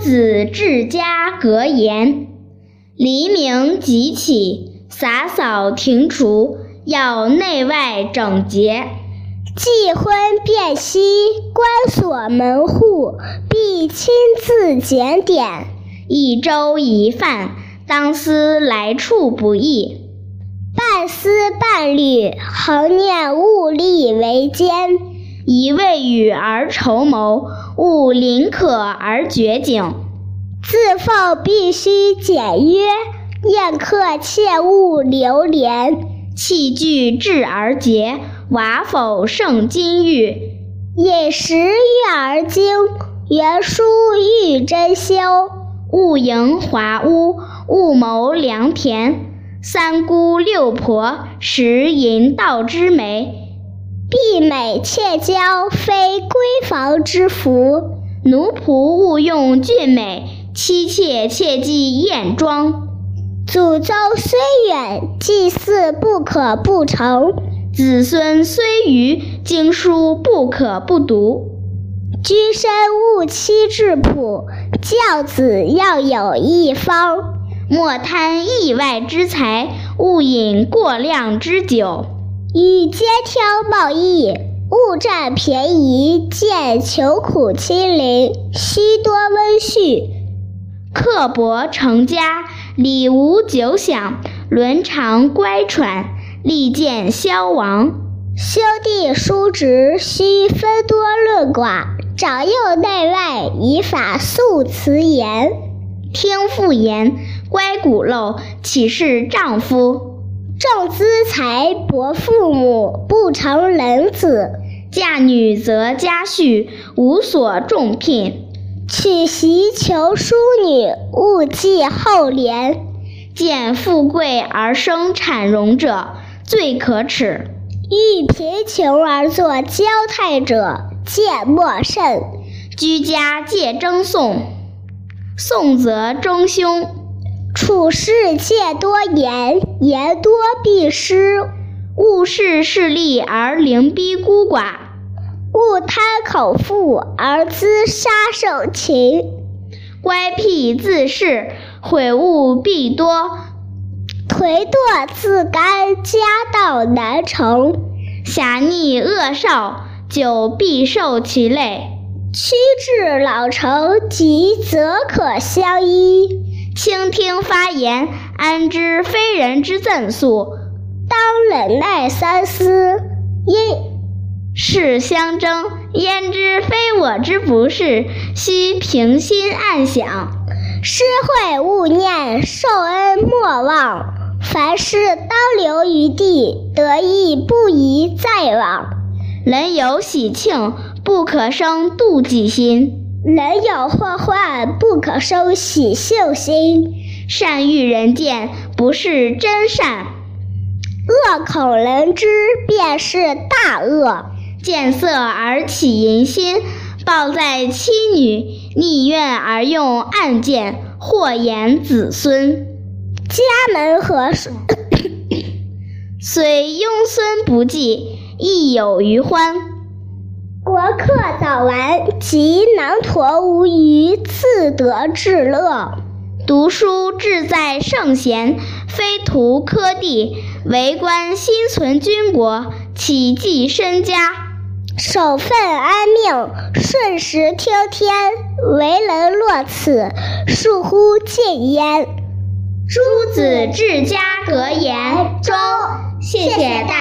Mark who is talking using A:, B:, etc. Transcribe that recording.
A: 子治家格言：黎明即起，洒扫庭除，要内外整洁。
B: 既婚辨析，关锁门户，必亲自检点。
A: 一粥一饭，当思来处不易。
B: 半丝半缕，恒念物力维艰；
A: 一味与而筹谋，勿临渴而绝景。
B: 自奉必须简约，宴客切勿流连。
A: 器具质而洁，瓦否胜金玉。
B: 饮食悦而精，园书育真修。
A: 勿盈华屋，勿谋良田。三姑六婆，食银道之媒；
B: 婢美妾娇，非闺房之福。
A: 奴仆勿用俊美，妻妾切忌艳妆。
B: 祖宗虽远，祭祀不可不成；
A: 子孙虽愚，经书不可不读。
B: 居身勿欺质朴，教子要有一方。
A: 莫贪意外之财，勿饮过量之酒。
B: 与街挑贸易，勿占便宜，见穷苦亲邻，须多温煦。
A: 刻薄成家，礼无久享；伦常乖舛，利见消亡。
B: 兄弟叔侄，须分多论寡，长幼内外，以法肃辞严。
A: 听妇言。乖骨肉，岂是丈夫？
B: 重资财，薄父母，不成人子。
A: 嫁女则家婿无所重聘。
B: 娶媳求淑女，勿计后怜。
A: 见富贵而生产荣者，最可耻；
B: 遇贫穷而作交态者，戒莫甚。
A: 居家戒争讼，讼则争凶。
B: 处事戒多言，言多必失；
A: 勿恃势利而凌逼孤寡，
B: 勿贪口腹而滋杀生情。
A: 乖僻自恃，悔悟必多；
B: 颓惰自甘，家道难成。
A: 侠逆恶少，久必受其累；
B: 屈至老成，即则可相依。
A: 倾听发言，安知非人之赠诉？
B: 当忍耐三思，因
A: 事相争，焉知非我之不是？须平心暗想。
B: 施惠勿念，受恩莫忘。凡事当留余地，得意不宜再往。
A: 人有喜庆，不可生妒忌心。
B: 人有祸患，不可生喜庆心。
A: 善欲人见，不是真善；
B: 恶口人知，便是大恶。
A: 见色而起淫心，暴在妻女；逆愿而用暗箭，祸延子孙。
B: 家门和
A: 虽庸孙不济，亦有余欢。
B: 国客早完，即囊橐无余，自得至乐。
A: 读书志在圣贤，非图科第；为官心存君国，岂计身家？
B: 守分安命，顺时听天，为人若此，恕乎进焉。
A: 朱子治家格言中，谢谢大。